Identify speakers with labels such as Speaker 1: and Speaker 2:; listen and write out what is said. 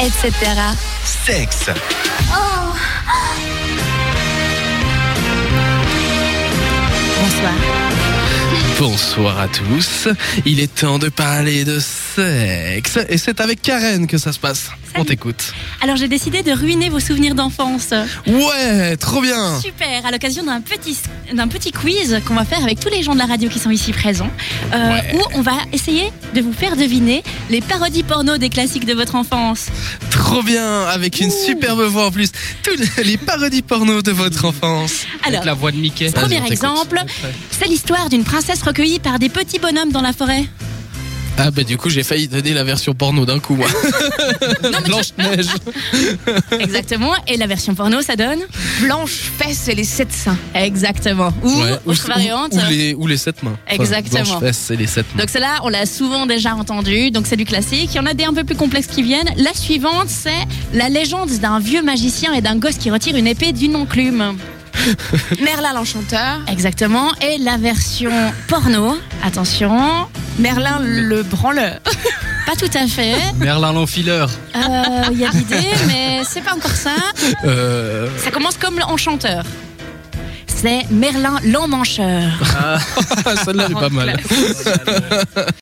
Speaker 1: etc.
Speaker 2: Sexe.
Speaker 1: Bonsoir.
Speaker 2: Bonsoir à tous. Il est temps de parler de sexe. Et c'est avec Karen que ça se passe. On
Speaker 3: Salut.
Speaker 2: t'écoute.
Speaker 3: Alors j'ai décidé de ruiner vos souvenirs d'enfance.
Speaker 2: Ah. Ouais, trop bien.
Speaker 3: Super, à l'occasion d'un petit, d'un petit quiz qu'on va faire avec tous les gens de la radio qui sont ici présents, euh,
Speaker 2: Ouais.
Speaker 3: où on va essayer de vous faire deviner les parodies porno des classiques de votre enfance.
Speaker 2: Trop bien. Avec une superbe voix en plus. Toutes les parodies porno de votre enfance.
Speaker 3: Alors,
Speaker 4: la voix de Mickey.
Speaker 2: Vas-y, on
Speaker 3: premier
Speaker 2: t'écoute.
Speaker 3: exemple, c'est l'histoire d'une princesse recueillie par des petits bonhommes dans la forêt.
Speaker 2: Ah bah du coup j'ai failli donner la version porno d'un coup moi. Blanche neige.
Speaker 3: Exactement, et la version porno ça donne
Speaker 5: Blanche fesse et les sept seins.
Speaker 3: Exactement. Ou
Speaker 2: Ouais,
Speaker 3: autre variante.
Speaker 2: ou les, ou les sept mains.
Speaker 3: Exactement.
Speaker 2: Blanche fesse et les sept mains.
Speaker 3: Donc celle-là, on l'a souvent déjà entendue, donc c'est du classique. Il y en a des un peu plus complexes qui viennent. La suivante, c'est la légende d'un vieux magicien et d'un gosse qui retire une épée d'une enclume.
Speaker 5: Merlin l'enchanteur.
Speaker 3: Exactement. Et la version porno, attention,
Speaker 5: Merlin le branleur.
Speaker 3: pas tout à fait.
Speaker 4: Merlin l'enfileur.
Speaker 3: Euh, Il y a l'idée, mais c'est pas encore ça.
Speaker 2: Euh,
Speaker 3: Ça commence comme l'enchanteur. C'est Merlin l'emmancheur.
Speaker 2: ah, Celle-là est pas mal.